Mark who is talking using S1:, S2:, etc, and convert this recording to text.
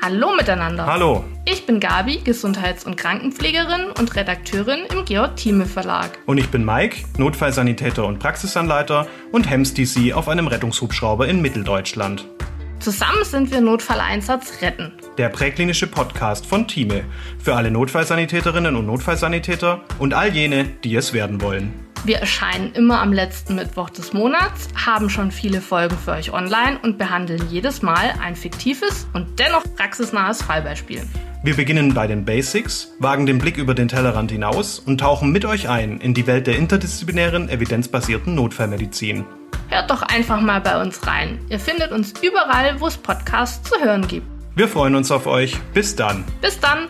S1: Hallo miteinander.
S2: Hallo.
S1: Ich bin Gabi, Gesundheits- und Krankenpflegerin und Redakteurin im Georg Thieme Verlag.
S2: Und ich bin Mike, Notfallsanitäter und Praxisanleiter und Hems-DC auf einem Rettungshubschrauber in Mitteldeutschland.
S1: Zusammen sind wir Notfalleinsatz retten.
S2: Der präklinische Podcast von Thieme. Für alle Notfallsanitäterinnen und Notfallsanitäter und all jene, die es werden wollen.
S1: Wir erscheinen immer am letzten Mittwoch des Monats, haben schon viele Folgen für euch online und behandeln jedes Mal ein fiktives und dennoch praxisnahes Fallbeispiel.
S2: Wir beginnen bei den Basics, wagen den Blick über den Tellerrand hinaus und tauchen mit euch ein in die Welt der interdisziplinären, evidenzbasierten Notfallmedizin.
S1: Hört doch einfach mal bei uns rein. Ihr findet uns überall, wo es Podcasts zu hören gibt.
S2: Wir freuen uns auf euch. Bis dann.
S1: Bis dann!